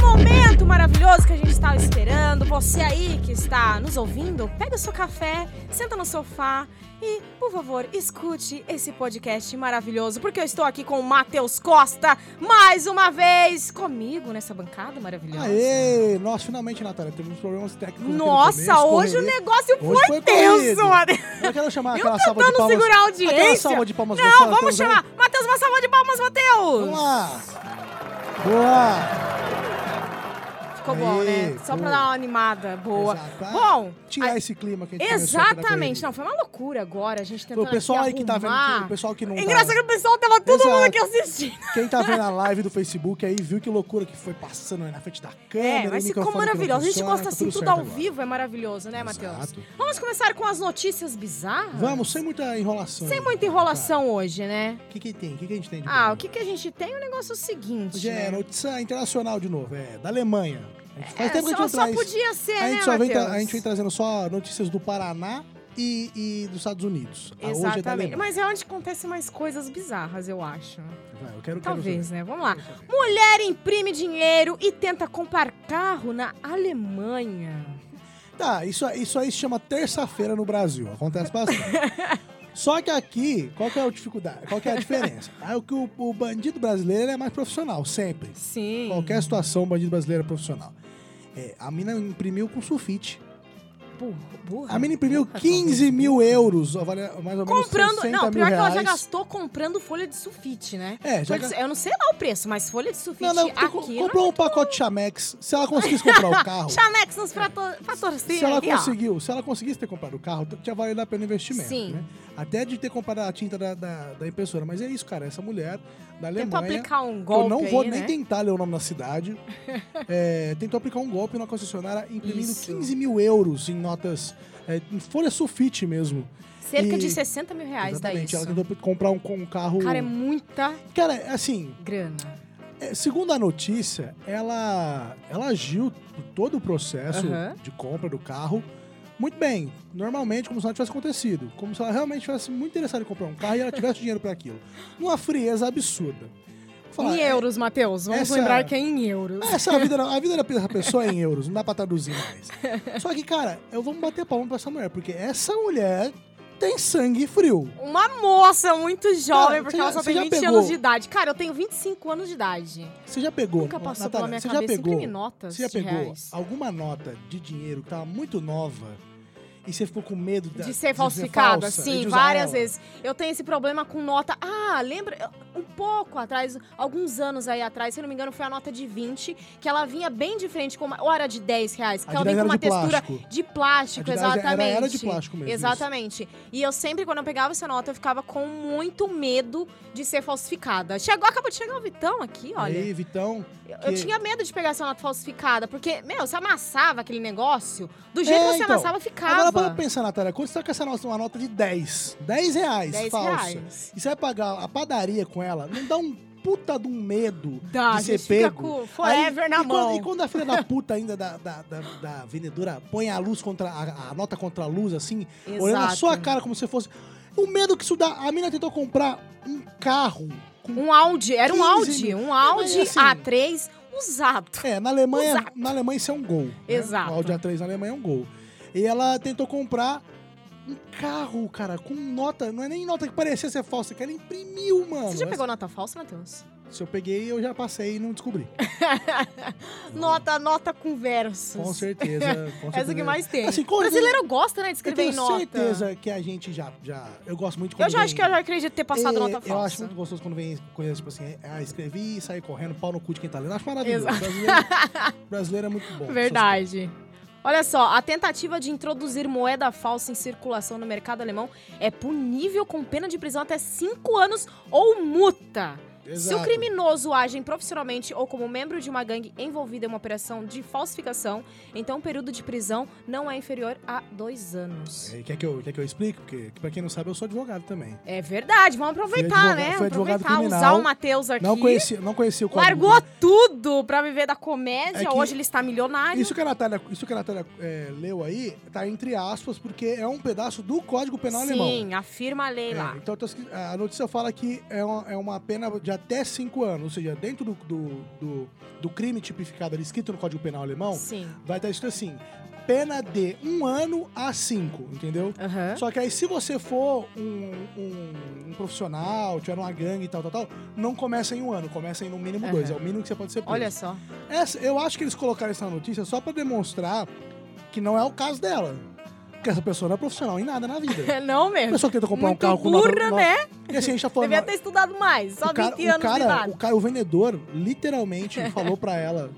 momento maravilhoso que a gente estava esperando. Você aí que está nos ouvindo, pega o seu café, senta no sofá e, por favor, escute esse podcast maravilhoso, porque eu estou aqui com o Matheus Costa mais uma vez comigo nessa bancada maravilhosa. Aê! Nossa, finalmente, Natália, teve uns problemas técnicos. aqui no Nossa, começo, hoje o correria. negócio Hoje foi foi tenso, corrido. Matheus. Eu quero chamar Eu aquela salva de tentando palmas. segurar a audiência. Aquela salva de palmas Não, gostosa, vamos temos aí? chamar. Matheus, uma salva de palmas, Vamos Matheus. lá! Boa! Ficou bom, Aê, né? Só pra boa. dar uma animada boa. Exato, tá? Bom, Tirar esse clima que a gente começou Então, aqui na Exatamente. correria. Não, foi uma loucura agora, a gente tentando Foi o pessoal aqui aí que tá vendo, arrumar. que- o pessoal que não É tá- Engraçado que o pessoal tava todo mundo Exato. aqui assistindo. Quem tá vendo a live do Facebook aí viu que loucura que foi passando aí na frente da câmera. É, mas o ficou microfone que não maravilhoso. A gente funciona, gosta tá assim, tudo, certo ao agora. vivo é maravilhoso, né, Matheus? Exato. Vamos começar com as notícias bizarras? Vamos, Tá. sem muita enrolação. né? Sem muita enrolação hoje, né? O que, que tem? O que, que a gente tem de Ah, bom? o que, que a gente tem? O negócio é o seguinte. Hoje né? é notícia internacional de novo, é da Alemanha. A gente faz É, tempo que a gente só, não só traz. podia ser, a, né, gente só vem, tra- Matheus? a gente vem trazendo só notícias do Paraná e, e dos Estados Unidos. A hoje é da Exatamente. Alemanha. Mas é onde acontece mais coisas bizarras, eu acho. Vai, eu quero, quero Talvez, saber. né? Vamos lá. Quero saber. Mulher imprime dinheiro e tenta comprar carro na Alemanha. Tá, isso, isso aí se chama terça-feira no Brasil. Acontece bastante. Só que aqui, qual que é a dificuldade? Qual que é a diferença? É o que o, o bandido brasileiro ele é mais profissional, sempre. Sim. Qualquer situação, o bandido brasileiro é profissional. É, a mina imprimiu com sulfite. Burra, burra. A mina imprimiu 15 mil euros, avalia- mais ou menos Comprando. 60 Não, mil pior que ela reais. já gastou comprando folha de sulfite, né? É, já Pode ser- Eu não sei lá o preço, mas folha de sulfite Não, não, porque co- aqui. é comprou um pacote Chamex. Se ela conseguisse comprar o carro. Chamex nos fator- se patrocina ela aqui, ó. conseguiu, se ela conseguisse ter comprado o carro, tinha valido a pena o investimento. Sim. né? Até de ter comprado a tinta da, da, da impressora. Mas é isso, cara. Essa mulher da Alemanha. Tentou aplicar um que golpe. eu não vou aí, nem né? tentar ler o nome da cidade. é, tentou aplicar um golpe na concessionária imprimindo Isso. 15 mil euros em notas. é, em folha sulfite mesmo. Cerca de E- 60 mil reais Ah, daí. Exatamente. Ela tentou comprar um, com um carro. Cara, é muita Cara, assim, grana. É, Segundo a notícia, ela, ela agiu por todo o processo Aham. de compra do carro muito bem, normalmente, como se nada tivesse acontecido. Como se ela realmente tivesse muito interessada em comprar um carro e ela tivesse dinheiro para aquilo. Uma frieza absurda. Vou falar, Em euros, Matheus. Vamos é- essa- lembrar que é em euros. Essa é a vida, da- a vida da pe- pessoa é em euros, não dá pra traduzir mais. Só que, cara, eu vou bater palma pra essa mulher, porque essa mulher tem sangue frio. Uma moça muito jovem, Cara, porque você já- ela só você tem já 20 pegou? anos de idade. Cara, eu tenho 25 anos de idade. Você já pegou? Nunca passou Natália, pela minha você cabeça. já pegou? Imprime notas Você já de pegou reais. alguma nota de dinheiro que tava muito nova e você ficou com medo da- De ser falsificada, falsa e sim, de usar várias ela? vezes. Eu tenho esse problema com nota. Ah, lembra? eu- Um pouco atrás, alguns anos aí atrás, se eu não me engano, foi a nota de 20, que ela vinha bem diferente, com uma, ou era de 10 reais, que A ela de vem 10 com era uma de textura plástico. de plástico, A de 10 era- exatamente. era de plástico mesmo, Exatamente. E eu sempre, quando eu pegava essa nota, eu ficava com muito medo de ser falsificada. Chegou, acabou de chegar o Vitão aqui, olha. E aí, Vitão, Eu- Eu que- tinha medo de pegar essa nota falsificada, porque, meu, você amassava aquele negócio, do jeito É, que você então. amassava, agora para ficava. pensar, Natália, quando você tá com essa nota, uma nota de 10, 10 reais 10 falsa, reais. e você vai pagar a padaria com ela, não dá um puta de um medo Dá, de a ser gente fica pego? com forever Aí- na mão. e Quando, e quando a filha da puta ainda da, da, da, da vendedora põe a luz contra a, a nota contra a luz, assim, Exato. olhando a sua cara como se fosse. O medo que isso dá. A mina tentou comprar um carro. Com... Um Audi, era um 15 Audi, mil. um Mas Audi assim- A3 usado. É, na Alemanha, Exato. na Alemanha isso é um gol. né? Exato. O Audi A3 na Alemanha é um gol. E ela tentou comprar um carro, cara, com nota. Não é nem nota que parecia ser falsa, que ela imprimiu, mano. Você já Mas pegou nota falsa, Matheus? Se eu peguei, eu já passei e não descobri. Nota, nota com versos. Com certeza. Com certeza. Essa que mais tem. Assim, o com brasileiro gosta, né, de Eu escrever tenho em nota. certeza que a gente já, já. Eu gosto muito Eu quando já acho vem- que eu já acredito ter passado É, nota falsa. Eu acho muito gostoso quando vem coisas tipo assim, ah, escrevi e saí correndo, pau no cu de quem tá lendo. Eu Acho maravilhoso. Exato. Brasileiro, brasileiro é muito bom. Verdade. Olha só, a tentativa de introduzir moeda falsa em circulação no mercado alemão é punível com pena de prisão até 5 anos ou multa. Essas coisas. Se o Exato. criminoso age profissionalmente ou como membro de uma gangue envolvida em uma operação de falsificação, então o período de prisão não é inferior a dois anos. É, quer, que eu, quer que eu explique? Porque, pra quem não sabe, eu sou advogado também. É verdade, vamos aproveitar, advogado- né? fui Vamos advogado aproveitar, criminal. usar o Matheus aqui. Não conhecia, não conhecia o código. Largou tudo pra viver da comédia, É que- hoje ele está milionário. Isso que a Natália, isso que a Natália é, leu aí, tá entre aspas, porque é um pedaço do Código Penal Alemão. Sim, afirma a lei É, lá. então, tá escrito- a notícia fala que é uma, é uma pena de até 5 anos, ou seja, dentro do, do, do, do crime tipificado ali escrito no Código Penal alemão, Sim. vai estar escrito assim: pena de um ano a cinco, entendeu? Aham. Só que aí, se você for um, um- um profissional, tiver uma gangue e tal, tal, tal, não começa em um ano, começa em no mínimo Aham. dois. É o mínimo que você pode ser preso. Olha só. Essa- eu acho que eles colocaram essa notícia só pra demonstrar que não é o caso dela. Que essa pessoa não é profissional em nada na vida. É, Não A mesmo. pessoa tenta comprar Muito um carro com nota- burra, nota- né? Porque assim, a gente tá falando. Devia ter estudado mais. Só o cara, 20 o anos de cara- idade. o cara- o vendedor literalmente falou pra ela,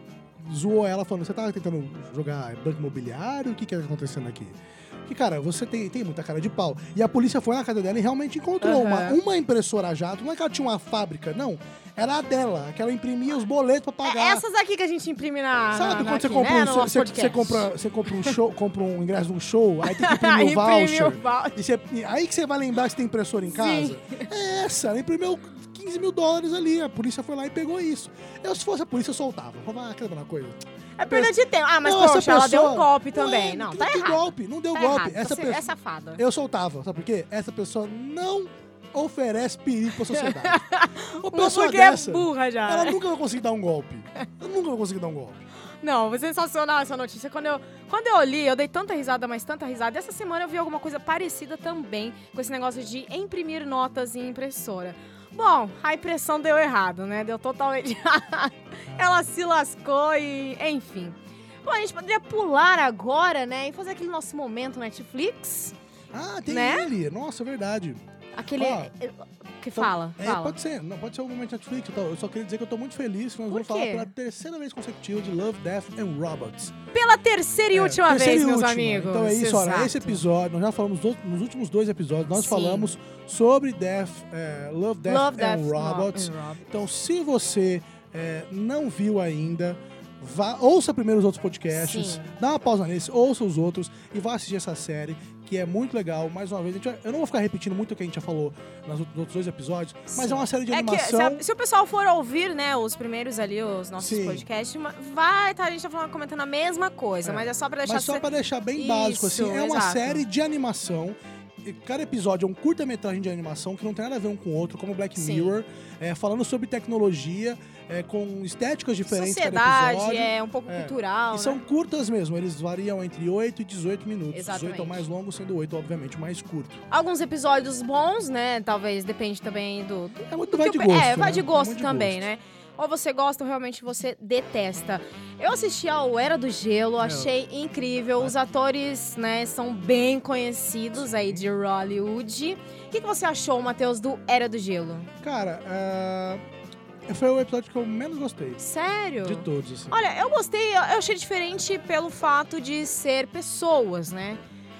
zoou ela falando: você tá tentando jogar banco imobiliário? O que que tá acontecendo aqui? Que, cara, você tem, tem muita cara de pau. E a polícia foi na casa dela e realmente encontrou Aham. uma, uma impressora a jato. Não é que ela tinha uma fábrica, não. Era a dela, que ela imprimia os boletos pra É pagar. essas aqui que a gente imprime na. Sabe na- na quando você aqui, compra, né? um, No você, nosso você- podcast. você compra, você compra um show, compra um ingresso de um show, aí tem que imprimir o Imprime voucher. o voucher. E você- e aí que você vai lembrar que você tem impressora em Sim. casa. É essa, ela imprimiu 15 mil dólares ali, a polícia foi lá e pegou isso. Eu, se fosse a polícia, eu soltava. Falava, ah, quer uma coisa? É perda de tempo. Ah, mas Não, poxa, essa ela deu um pessoa- golpe Não também. é, Não, que- tá que errado. golpe, não deu Tá golpe. errado. Essa Você pessoa, é safada. Eu soltava, sabe por quê? Essa pessoa não oferece perigo pra sociedade. Uma Uma pessoa porque dessa, é burra já. ela nunca vai conseguir dar um golpe. Eu nunca vou conseguir dar um golpe. Não, foi sensacional ah, essa notícia. Quando eu, quando eu li, eu dei tanta risada, mas tanta risada. Essa semana eu vi alguma coisa parecida também com esse negócio de imprimir notas em impressora. Bom, a impressão deu errado, né? Deu totalmente errado. Ela se lascou e, enfim. Bom, a gente poderia pular agora, né? E fazer aquele nosso momento Netflix. Ah, tem Né? ele. Nossa, é verdade. Aquele. eh, Ó, que fala? É, fala. pode ser, não, pode ser algum momento Netflix e tal. Eu só queria dizer que eu tô muito feliz que nós Por vamos falar quê? pela terceira vez consecutiva de Love, Death and Robots. Pela terceira e É, última terceira vez, e meus última. amigos. Então é isso, olha, esse Exato. episódio, nós já falamos nos, nos últimos dois episódios, nós Sim. falamos sobre Death, é, Love, Death Love hum. and Death and Robots. Robots. Então, se você é, não viu ainda, vá, ouça primeiro os outros podcasts, Sim. dá uma pausa nesse, ouça os outros e vá assistir essa série, que é muito legal. Mais uma vez, a gente vai- eu não vou ficar repetindo muito o que a gente já falou nas out- nos outros dois episódios, mas Sim. é uma série de É que animação. se, a- se o pessoal for ouvir, né, os primeiros ali, os nossos Sim. podcasts, ma- vai tá, a gente tá falando, comentando a mesma coisa, É. mas é só pra deixar Mas só você- pra deixar bem Isso, básico, assim, é uma exato. série de animação. E Cada episódio é um curta-metragem de animação que não tem nada a ver um com o outro, como Black Sim. Mirror, é, falando sobre tecnologia, é, com estéticas diferentes cada sociedade, episódio. é um pouco É. cultural, E né? são curtas mesmo, eles variam entre 8 e 18 minutos. Exatamente. 18 é o mais longo, sendo 8, obviamente, o mais curto. Alguns episódios bons, né, talvez, depende também do... do É muito vai que de o pe- gosto. É, vai né? de É gosto muito de também, gosto. né? Ou você gosta ou realmente você detesta. Eu assisti ao Era do Gelo, É. achei incrível. Os atores, né, são bem conhecidos aí de Hollywood. O que, que você achou, Matheus, do Era do Gelo? Cara, é, foi o episódio que eu menos gostei. Sério? De todos, assim. Olha, eu gostei, eu eu achei diferente pelo fato de ser pessoas, né?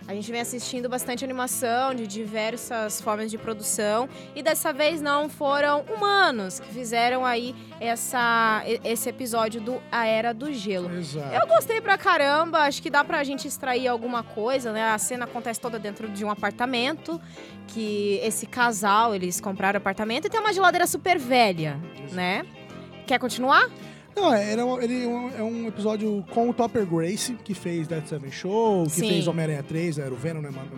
A gente vem assistindo bastante animação de diversas formas de produção e dessa vez não foram humanos que fizeram aí essa, e- esse episódio do A Era do Gelo. Exato. Eu gostei pra caramba, acho que dá pra gente extrair alguma coisa, né? A cena acontece toda dentro de um apartamento, que esse casal, eles compraram apartamento e tem uma geladeira super velha, né? Quer continuar? Não, é, ele, é um, ele é um- é um episódio com o Topper Grace, que fez Dead Seven Show, que Sim. fez Homem-Aranha 3, era o Venom, né? mano?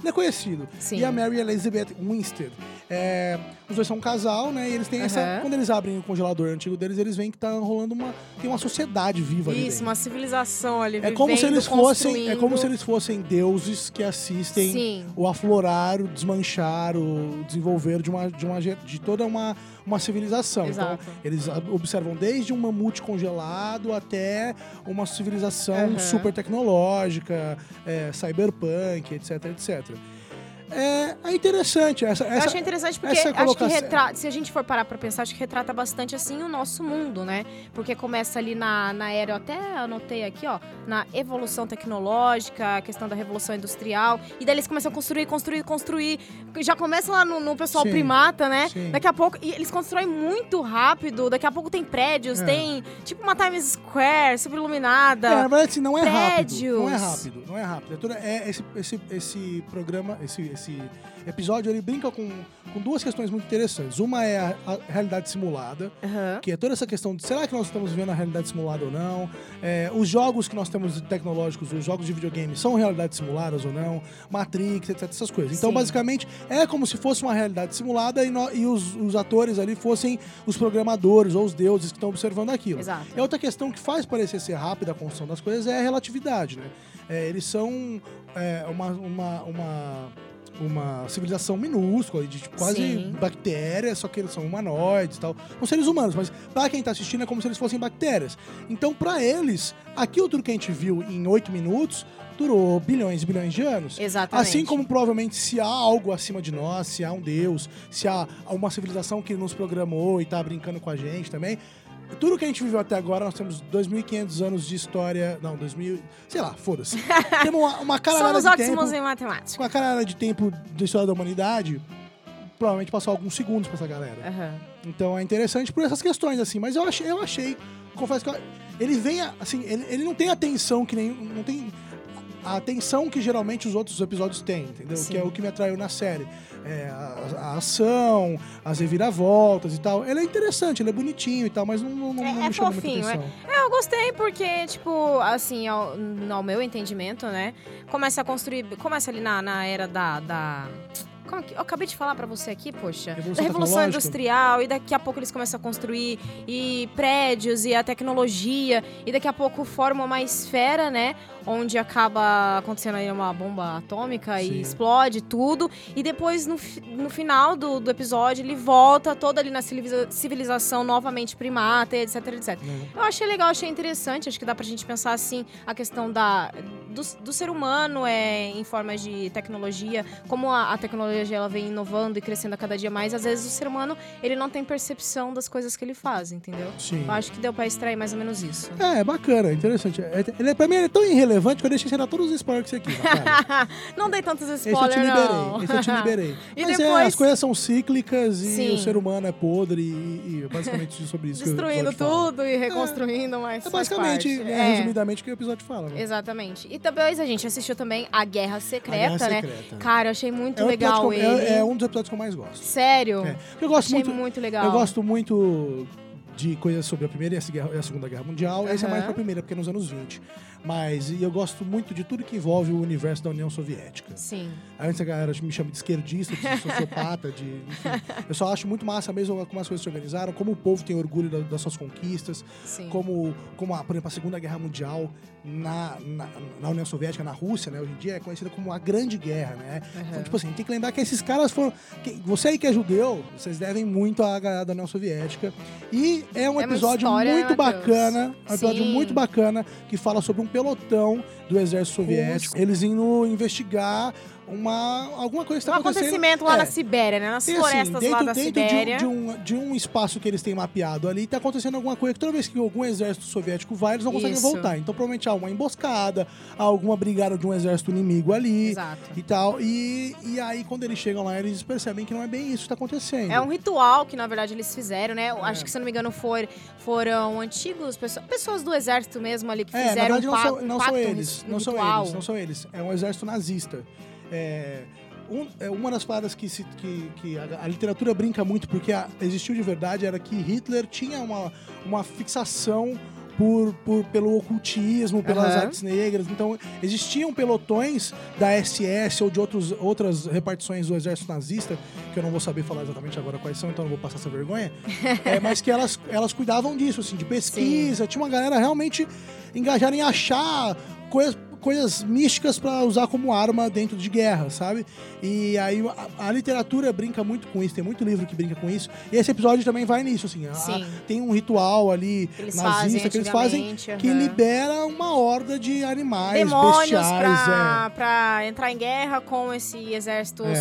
Ele é conhecido. Sim. E a Mary Elizabeth Winstead. É, os dois são um casal, né? E eles têm essa. Aham. Quando eles abrem o congelador antigo deles, eles veem que tá rolando uma. Tem uma sociedade viva ali. Isso, dentro. uma civilização ali. É como se vivendo, eles fossem, é construindo. como se eles Então, fossem deuses que assistem Sim. o aflorar, o desmanchar, o desenvolver de uma de, uma, ge- de toda uma, uma civilização. Exato. Então, eles a- observam desde um mamute congelado até uma civilização Aham. super tecnológica, é, cyberpunk, etc, etc. É, é interessante essa, eu essa é, achei interessante porque essa acho que colocação- retrata, se a gente for parar pra pensar, acho que retrata bastante assim o nosso mundo, né? Porque começa ali na, na era, eu até anotei aqui, ó, na evolução tecnológica, a questão da revolução industrial, e daí eles começam a construir, construir, construir. Já começa lá no, no pessoal Sim, primata, né? sim. Daqui a pouco, e eles constroem muito rápido, daqui a pouco tem prédios, É. tem tipo uma Times Square super iluminada. É, na verdade, assim, não é rápido. então, Prédios. Não é rápido, não é rápido. É toda- é esse, esse, esse programa, esse, esse nesse episódio, ele brinca com, com duas questões muito interessantes. Uma é a, a realidade simulada, Aham. que é toda essa questão de será que nós estamos vivendo a realidade simulada ou não? É, os jogos que nós temos tecnológicos, os jogos de videogame, são realidades simuladas ou não? Matrix, etc, essas coisas. Então, Sim. basicamente, é como se fosse uma realidade simulada e, nó- e os, os atores ali fossem os programadores ou os deuses que estão observando aquilo. Exato. E a outra questão que faz parecer ser rápida a construção das coisas é a relatividade, né? É, eles são é, uma, uma, uma, uma civilização minúscula, de tipo, quase Sim. bactérias, só que eles são humanoides e tal. São seres humanos, mas pra quem tá assistindo é como se eles fossem bactérias. Então, pra eles, aquilo tudo que a gente viu em oito minutos durou bilhões e bilhões de anos. Exatamente. Assim como provavelmente se há algo acima de nós, se há um Deus, se há uma civilização que nos programou e tá brincando com a gente também. Tudo que a gente viveu até agora, nós temos 2.500 anos de história. Não, 2.000. Sei lá, foda-se. temos uma, uma caralhada Somos de ótimos tempo. em matemática. Com a caralhada de tempo da história da humanidade, provavelmente passou alguns segundos pra essa galera. Aham. Então é interessante por essas questões, assim. Mas eu achei, eu achei confesso que eu- ele vem, a- assim, ele, ele não tem a tensão que nem. Não tem a atenção que geralmente os outros episódios têm, entendeu? Sim. Que é o que me atraiu na série. É, a, a ação, as reviravoltas e tal. Ele é interessante, ele é bonitinho e tal, mas não, não, não É- me é chamou fofinho, muita é. atenção. É, eu gostei porque, tipo, assim, ao, ao meu entendimento, né? Começa a construir. Começa ali na, na era da. da... Como que, eu acabei de falar pra você aqui, poxa. Revolução Da Revolução tecnológica. Industrial, e daqui a pouco eles começam a construir e prédios e a tecnologia, e daqui a pouco forma uma esfera, né? Onde acaba acontecendo aí uma bomba atômica Sim. e explode tudo. E depois, no, fi- no final do, do episódio, ele volta todo ali na civiliza- civilização novamente primata, etc, etc. Né? Eu achei legal, achei interessante. Acho que dá pra gente pensar assim a questão da, do, do ser humano é, em formas de tecnologia, como a, a tecnologia ela vem inovando e crescendo a cada dia mais. Às vezes o ser humano ele não tem percepção das coisas que ele faz, entendeu? Sim. Eu acho que deu pra extrair mais ou menos isso. É, é bacana, é interessante. É, ele é- pra mim ele é tão irrelevante que eu deixei você dar todos os spoilers que você quis. Natália. não dei tantos Esse eu te spoilers, liberei, não. esse eu te liberei. E Mas é, depois- as coisas são cíclicas e Sim. o ser humano é podre e, e basicamente sobre isso. que o Destruindo episódio fala. tudo e reconstruindo, mas. É faz basicamente, parte. né, É. resumidamente, o que o episódio fala. Né? Exatamente. E depois a gente assistiu também A Guerra Secreta, Aliás, né? secreta. Cara, eu achei muito É um episódio legal que ele. eu- é- é um dos episódios que eu mais gosto. Sério? É. Eu gosto Achei muito. muito, legal. Eu gosto muito de coisas sobre a Primeira e a Se- Guerra- e a Segunda Guerra Mundial. Esse é mais Aham. pra Primeira, porque é nos anos 20. Mas e eu gosto muito de tudo que envolve o universo da União Soviética. Sim. Antes a galera me chama de esquerdista, de sociopata, de. Enfim. Eu só acho muito massa mesmo como as coisas se organizaram, como o povo tem orgulho da- das suas conquistas, Sim. como, como a, por exemplo, a Segunda Guerra Mundial na, na, na União Soviética, na Rússia, né? Hoje em dia é conhecida como a Grande Guerra, né? Aham. Então, tipo assim, tem que lembrar que esses caras foram. que- você aí que é judeu, vocês devem muito à galera da União Soviética. E é um É uma episódio história, né, muito Matheus? bacana. É um episódio Sim. muito bacana que fala sobre um pelotão do exército soviético. Eles indo investigar uma, alguma coisa Um que está acontecendo. acontecimento lá É. na Sibéria, né? Nas E, assim, florestas lá da de um- Sibéria. De, um, de um espaço que eles têm mapeado ali, tá acontecendo alguma coisa que toda vez que algum exército soviético vai, eles não conseguem Isso. voltar. Então provavelmente há uma emboscada, há alguma brigada de um exército inimigo ali Exato. e tal. E, e aí, quando eles chegam lá, eles percebem que não é bem isso que tá acontecendo. É um ritual que, na verdade, eles fizeram, né? Eu Acho É. que, se eu não me engano, for- foram antigos, pesso- pessoas do exército mesmo ali que É, na fizeram verdade, um não, pa- são, um não pacto, são um eles. rit- um Não são ritual. eles, não são eles. É um exército nazista. É, um- é uma das paradas que, se- que- que a, a literatura brinca muito, porque a- existiu de verdade, era que Hitler tinha uma, uma fixação. Por, por- pelo ocultismo, pelas Aham. artes negras. Então, existiam pelotões da SS ou de outros, outras repartições do exército nazista, que eu não vou saber falar exatamente agora quais são, então eu não vou passar essa vergonha. É, mas que elas, elas cuidavam disso, assim, de pesquisa. Tinha uma galera realmente engajada em achar coisas, coisas místicas pra usar como arma dentro de guerra, sabe? E aí a, a literatura brinca muito com isso, tem muito livro que brinca com isso. E esse episódio também vai nisso, assim. a- Sim. tem um ritual ali Eles nazista fazem que eles fazem antigamente, que aham. libera uma horda de animais Demônios bestiais. pra, pra entrar em guerra com esse exército É.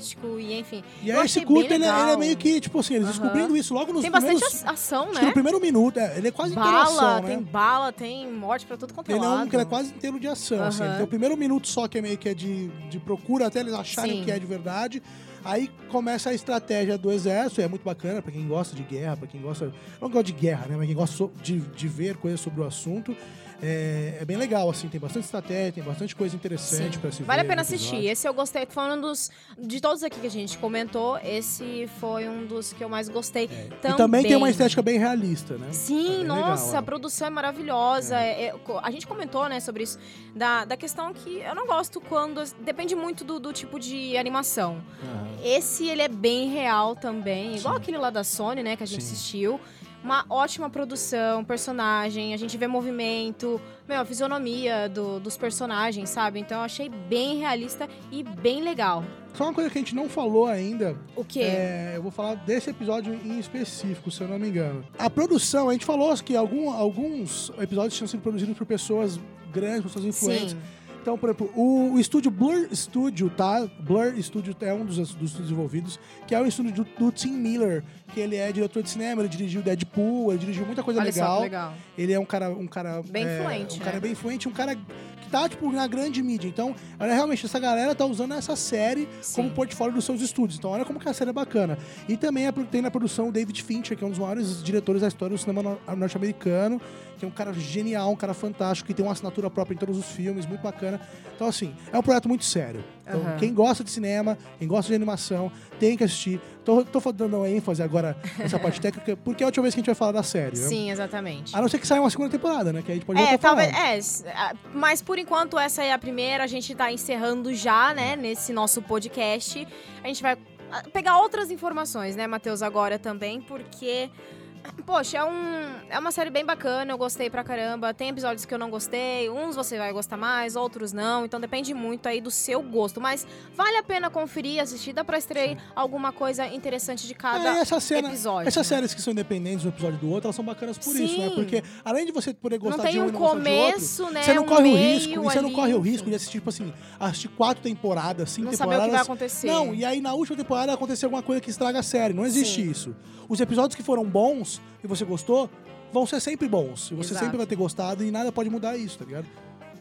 soviético e enfim. é. E Eu aí achei esse curto bem ele, é- ele é legal. meio que, tipo assim, eles Aham. descobrindo isso logo nos Tem bastante primeiros... a- ação, Acho que né? no primeiro minuto, é, ele é quase Bala, interação, né? tem bala, tem morte pra tudo quanto é Ele é, lado. um, que ele é quase inteiro de ação. assim. Aham. Ele tem o primeiro minuto só que é meio que é de, de procura até eles acharem Sim. o que é de verdade. Aí começa a estratégia do exército, e é muito bacana pra quem gosta de guerra, pra quem gosta. Não gosta de guerra, né? Mas quem gosta so- de, de ver coisas sobre o assunto. É, é bem legal, assim, tem bastante estratégia, tem bastante coisa interessante Sim. pra se ver. Vale a pena no episódio. assistir. Esse eu gostei. Foi um dos. De todos aqui que a gente comentou, esse foi um dos que eu mais gostei. É. Também. E também tem uma estética bem realista, né? Sim, É bem nossa, legal, a é. produção é maravilhosa. É, co- a gente comentou, né, sobre isso, da, da questão que eu não gosto quando. Depende muito do, do tipo de animação. Aham. Esse, ele é bem real também, igual Sim. aquele lá da Sony, né, que a gente Sim. assistiu. Uma ótima produção, personagem, a gente vê movimento, meu, a fisionomia do- dos personagens, sabe? Então eu achei bem realista e bem legal. Só uma coisa que a gente não falou ainda, O quê? É, eu vou falar desse episódio em específico, se eu não me engano. A produção, a gente falou que algum- alguns episódios tinham sido produzidos por pessoas grandes, pessoas influentes. Sim. Então, por exemplo, o, o estúdio Blur Studio, tá? Blur Studio é um dos, dos estúdios envolvidos, que é o estúdio do, do Tim Miller, que ele é diretor de cinema, ele dirigiu Deadpool, ele dirigiu muita coisa Olha só legal. que legal. Ele é um cara. Um cara Bem é, influente, Um né? cara bem influente, um cara que tá, tipo, na grande mídia. Então, olha, realmente, essa galera tá usando essa série é como Sim. portfólio dos seus estúdios. Então, olha como que a série é bacana. E também a- tem na produção o David Fincher, que é um dos maiores diretores da história do cinema no- norte-americano, que é um cara genial, um cara fantástico, que tem uma assinatura própria em todos os filmes, muito bacana. Então, assim, é um projeto muito sério. Então, Aham. quem gosta de cinema, quem gosta de animação, tem que assistir. Tô, tô dando ênfase agora nessa parte técnica, porque é a última vez que a gente vai falar da série, né? Sim, exatamente. A não ser que saia uma segunda temporada, né? Que aí a gente pode É, voltar talvez. a falar. É, s- a- mas por enquanto essa é a primeira. A gente tá encerrando já, né? Nesse nosso podcast. A gente vai ah, pegar outras informações, né, Matheus, agora também, porque. Poxa, é, um, é uma série bem bacana, eu gostei pra caramba. Tem episódios que eu não gostei, uns você vai gostar mais, outros não. Então depende muito aí do seu gosto. Mas vale a pena conferir, assistir, dá pra extrair alguma coisa interessante de É, cada essa cena, episódio. Essas né? séries que são independentes um episódio do outro, elas são bacanas por Sim. isso, né? Porque além de você poder Não gostar de tem um e um não gostar de outro, começo, né? você não um corre o meio risco, e você não ali, corre enfim. o ristir risco de assistir, tipo assim, assistir quatro temporadas, cinco não saber o que vai temporadas. acontecer. Tipo, Não, e aí na última temporada acontecer alguma coisa que estraga a série. Não existe Sim. isso. Os episódios que foram bons e você gostou vão ser sempre bons. E você Exato. sempre vai ter gostado e nada pode mudar isso, tá ligado?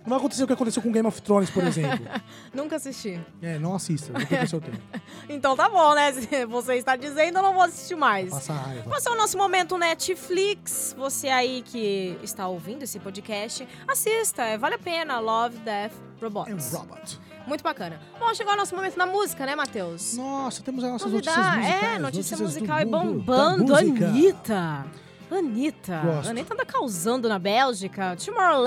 Não vai acontecer o que aconteceu com Game of Thrones, por exemplo. Nunca assisti. é, não assista, não perca seu tempo. Então tá bom, né? Se Você está dizendo, eu não vou assistir mais. Passa raiva. Passou o nosso momento Netflix. Você aí que está ouvindo esse podcast, assista, é, vale a pena. Love, Death, É um Robots. robot. Muito bacana. Bom, chegou o nosso momento na música, né, Matheus? Nossa, temos as nossas Novidade. notícias musicais. é, notícia notícias do musical e mundo bombando. da música. Anitta. Anitta. Gosto. Anitta anda causando na Bélgica.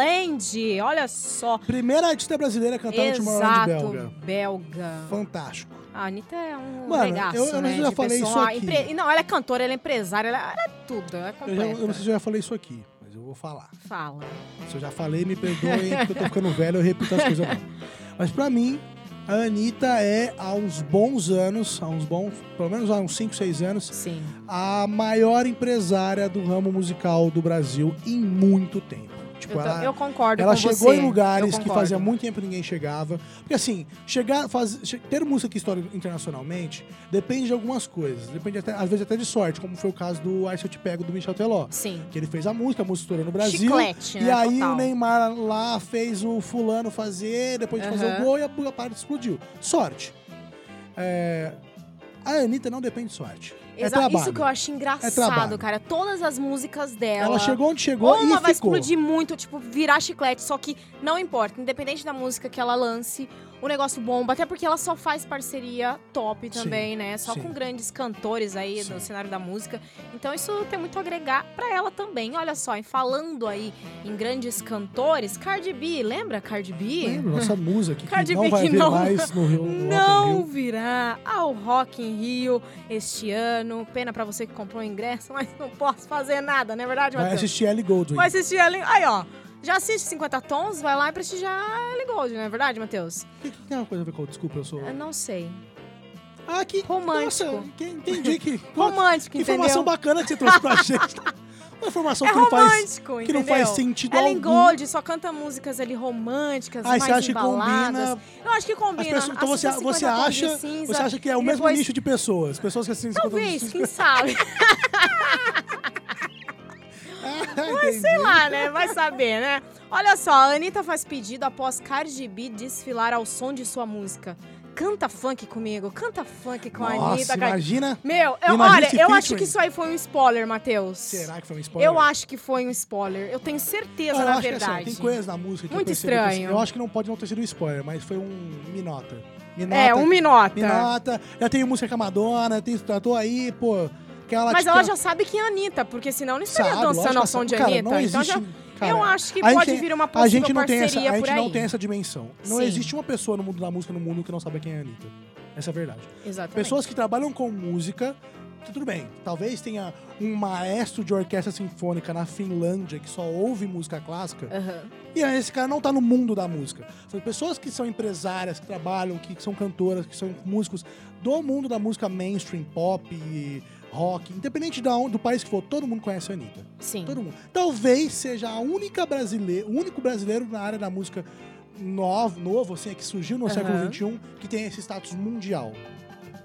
Tomorrowland, olha só. Primeira artista brasileira a cantar tá no Tomorrowland Exato, belga. belga. Fantástico. A Anitta é um Mano, regaço, eu- eu não né? sei se eu de falei isso pessoa. aqui. Empre- Não, ela é cantora, ela é empresária, ela, ela é tudo, ela é Eu, já- completa. eu não sei se eu já falei isso aqui, mas eu vou falar. Fala. Se eu já falei, me perdoem, porque eu tô ficando velho, eu repito as coisas. não. Mas pra mim, a Anitta é, há uns bons anos, há uns bons, pelo menos há uns 5, 6 anos, Sim. a maior empresária do ramo musical do Brasil em muito tempo. Tipo, Eu, tô- ela, eu concordo Ela com chegou você. em lugares eu que concordo. fazia muito tempo que ninguém chegava. Porque assim, chegar, faz- che- ter música que estoura internacionalmente depende de algumas coisas. Depende até- às vezes até de sorte, como foi o caso do Ai Se Eu Te Pego do Michel Teló. Sim. Que ele fez a música, a música estourou no Brasil. Chiclete, né? E aí total. o é Neymar lá fez o fulano fazer, depois de fazer Aham. o gol e a, a parada explodiu. Sorte. É, a Anitta não depende de sorte. é Exa- trabalho. Isso que eu acho engraçado, trabalho. cara. Todas as músicas dela. Ela chegou onde chegou Ou e uma vai ficou. explodir muito, tipo, virar chiclete, só que não importa, independente da música que ela lance, o negócio bomba, até porque ela só faz parceria top também, né? Só sim. com grandes cantores aí do Sim. cenário da música. Então isso tem muito a agregar pra ela também. Olha só, e falando aí em grandes cantores, Cardi B, lembra Cardi B? Lembra? Nossa musa aqui, Cardi que não B vai que ver não- mais no Rio. no Rock in Rio. Não virá ao Rock in Rio este ano. Pena pra você que comprou o ingresso, mas não posso fazer nada, não é verdade, Vai Matheus? assistir Ellie Goldwyn. Vai assistir a Ellen. Aí, ó. Já assiste 50 Tons, vai lá e prestigiar a Ellen Gold, não é verdade, Matheus? O que, que tem uma coisa a ver com... Desculpa, eu sou... Eu não sei. Ah, que... Romântico. Nossa, que- entendi que... Romântico, que entendeu? informação bacana que você trouxe pra gente. Uma informação é que, não faz, romântico, entendeu? que não faz sentido Ellen algum. Gold só canta músicas ali românticas, Aí mais você acha que embaladas. combina... Eu acho que As combina. pessoas, então você, Assista você 50 Tons de acha, cinza. você acha que é o e mesmo depois- nisso de pessoas. Pessoas que assistem... Talvez, quem sabe. Ah, Mas Sei lá, né? Vai saber, né? Olha só, a Anitta faz pedido após Cardi B desfilar ao som de sua música. Canta funk comigo, canta funk com a Nossa, Anitta. cara. imagina. Meu, eu- Imagina olha, esse eu acho featuring. que isso aí foi um spoiler, Matheus. Será que foi um spoiler? Eu acho que foi um spoiler. Eu tenho Ah, certeza, eu na acho que é assim, verdade. tem coisas na música que Muito eu percebi que- estranho. eu acho que não pode não ter sido um spoiler, mas foi um minota. Minota. é, um minota. Minota. Já tem música com a Madonna, tem tratou aí, pô. Aquela Mas tipo, ela já sabe que é a Anitta, porque senão não estaria sabe, dançando lógico, ao som de cara, Anitta. então Não existe, já, cara, eu acho que a gente pode tem- vir uma a possível gente não tem parceria essa, a por gente aí. não tem essa dimensão. Não Sim. existe uma pessoa no mundo da música no mundo que não sabe quem é a Anitta. Essa é a verdade. Exatamente. Pessoas que trabalham com música, tu- tudo bem. Talvez tenha um maestro de orquestra sinfônica na Finlândia que só ouve música clássica. Aham. E aí esse cara não tá no mundo da música. São pessoas que são empresárias, que trabalham, que são cantoras, que são músicos do mundo da música mainstream, pop, e rock, independente da onde, do país que for, todo mundo conhece a Anitta. Sim. Todo mundo. Talvez seja a única brasileira, o único brasileiro na área da música novo, novo assim, que surgiu no Aham. século XXI, que tem esse status mundial.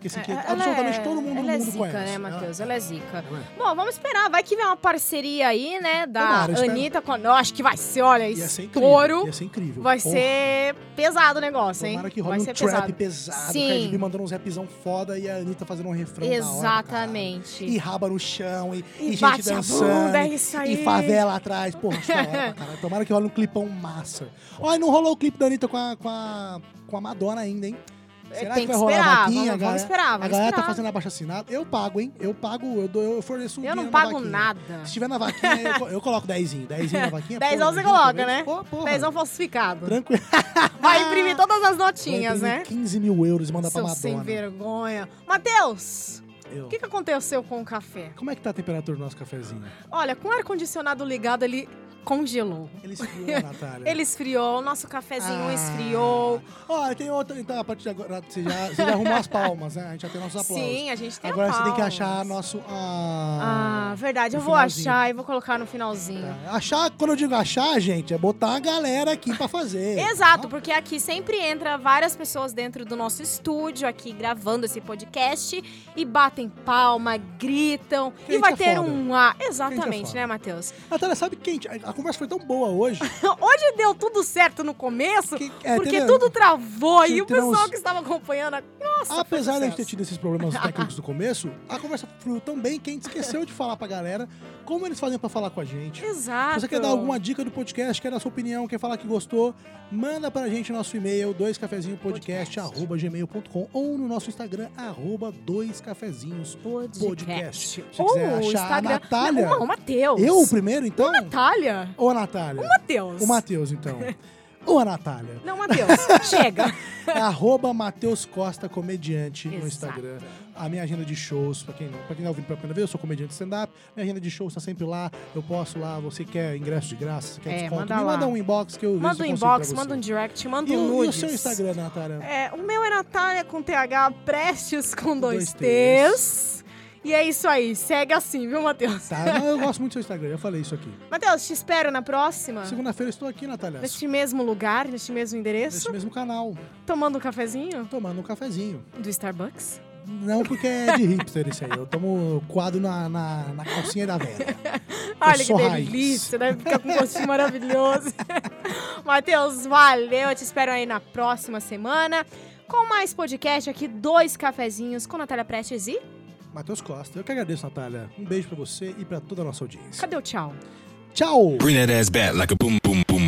Que, assim, que É, ela absolutamente é- todo mundo no ela mundo é zica, conhece. né, Matheus? Ela é zica. Ela- Bom, vamos esperar. Vai que vem uma parceria aí, né? Da Tomara, espero. Anitta com a. Eu acho que vai ser, olha, Ia ser estouro. incrível. Ia ser incrível. Vai Porra. ser pesado o negócio, hein? Tomara que vai rola um ser trap pesado. pesado, Sim. o Cardi B mandando uns rapzão foda e a Anitta fazendo um refrão Exatamente. da hora pra caralho. E raba no chão, e, e E gente bate a bunda, é dançando, isso e aí. favela atrás. Porra, acho da hora pra caralho. Tomara que rola um clipão massa. Olha, não rolou o clipe da Anitta com a, com a, com a Madonna ainda, hein? Será É, Tem que que vai rolar esperar. a vaquinha? Vamos, vamos galera? esperar, vamos a galera esperar. tá fazendo abaixo assinado. Eu pago, hein? Eu pago, eu, dou, eu forneço o Eu não dinheiro na pago vaquinha. nada. Se tiver na vaquinha, eu, co- eu coloco dezinho. Dezinho na vaquinha. Dezão porra, você ajuda coloca, também. né? Pô, porra. Pezão falsificado. Tranquilo. Vai imprimir todas as Vai notinhas, imprimir né? 15 mil euros e manda pra Seu Madonna. sem vergonha. Matheus, Eu. o que, que aconteceu com o café? Como é que tá a temperatura do nosso cafezinho? Olha, com o ar-condicionado ligado, ele congelou. Ele esfriou, Natália. Ele esfriou, o nosso cafezinho É. Ah. esfriou. Olha, tem outra. Então, a partir de agora, você já, você já arrumou as palmas, né? A gente já tem nossos aplausos. Sim, a gente tem agora a você tem que palmas. achar nosso. Ah. Ah, verdade. Eu No vou finalzinho. achar e vou colocar no finalzinho. tá. Achar, quando eu digo achar, gente, é botar a galera aqui pra fazer. Tá? Exato, porque aqui sempre entra várias pessoas dentro do nosso estúdio, aqui gravando esse podcast, e batem palma, gritam, Gente e vai é ter foda. um A. Gente é Exatamente, foda. né, Matheus? Natália, sabe quem? A conversa foi tão boa hoje. Hoje deu tudo certo no começo, que- é, porque teve- tudo travou e o teve uns- pessoal que estava acompanhando. Nossa, Apesar foi um de a sucesso. gente ter tido esses problemas técnicos no começo, a conversa fluiu tão bem que a gente esqueceu de falar pra galera como eles fazem pra falar com a gente. Exato. Se você quer dar alguma dica do podcast, quer dar sua opinião, quer falar que gostou, manda pra gente no nosso e-mail, doiscafezinhopodcast, Podcast. arroba gmail.com ou no nosso Instagram, arroba doiscafezinhos. podcast. Se Ou quiser o achar a Instagram. Natália. Não, o Matheus. Eu o primeiro, então? Natália. Ou a Natália? Matheus. O Matheus, então. ou a Natália. Não, Matheus. Chega. É arroba Matheus Costa Comediante no Exato. Instagram. A minha agenda de shows, pra quem, não, pra quem tá ouvindo pela primeira vez, eu sou comediante de stand-up. Minha agenda de shows tá sempre lá. Eu posso lá, você quer ingresso de graça, você quer É, desconto, manda me lá. manda um inbox que eu Manda um vejo se eu consigo inbox, pra você. manda um direct, manda E um o, e o nudes. seu Instagram, Natália? É, o meu é Natália com TH Prestes com dois, dois T's. E é isso aí. Segue assim, viu, Matheus? Tá, não, eu gosto muito do seu Instagram, já falei isso aqui. Matheus, te espero na próxima. Segunda-feira eu estou aqui, Natália. Neste mesmo lugar, neste mesmo endereço, Neste mesmo canal, tomando um cafezinho tomando um cafezinho. do Starbucks. Não porque é de hipster isso aí. Eu tomo quadro na, na, na calcinha da velha. Olha que sou raiz. delícia, deve ficar com um gostinho maravilhoso. Matheus, valeu, eu te espero aí na próxima semana com mais podcast aqui, dois cafezinhos com Natália Prestes e Matheus Costa, eu que agradeço, Natália. Um beijo pra você e pra toda a nossa audiência. cadê o tchau? Tchau! Bring that ass back like a boom, boom, boom.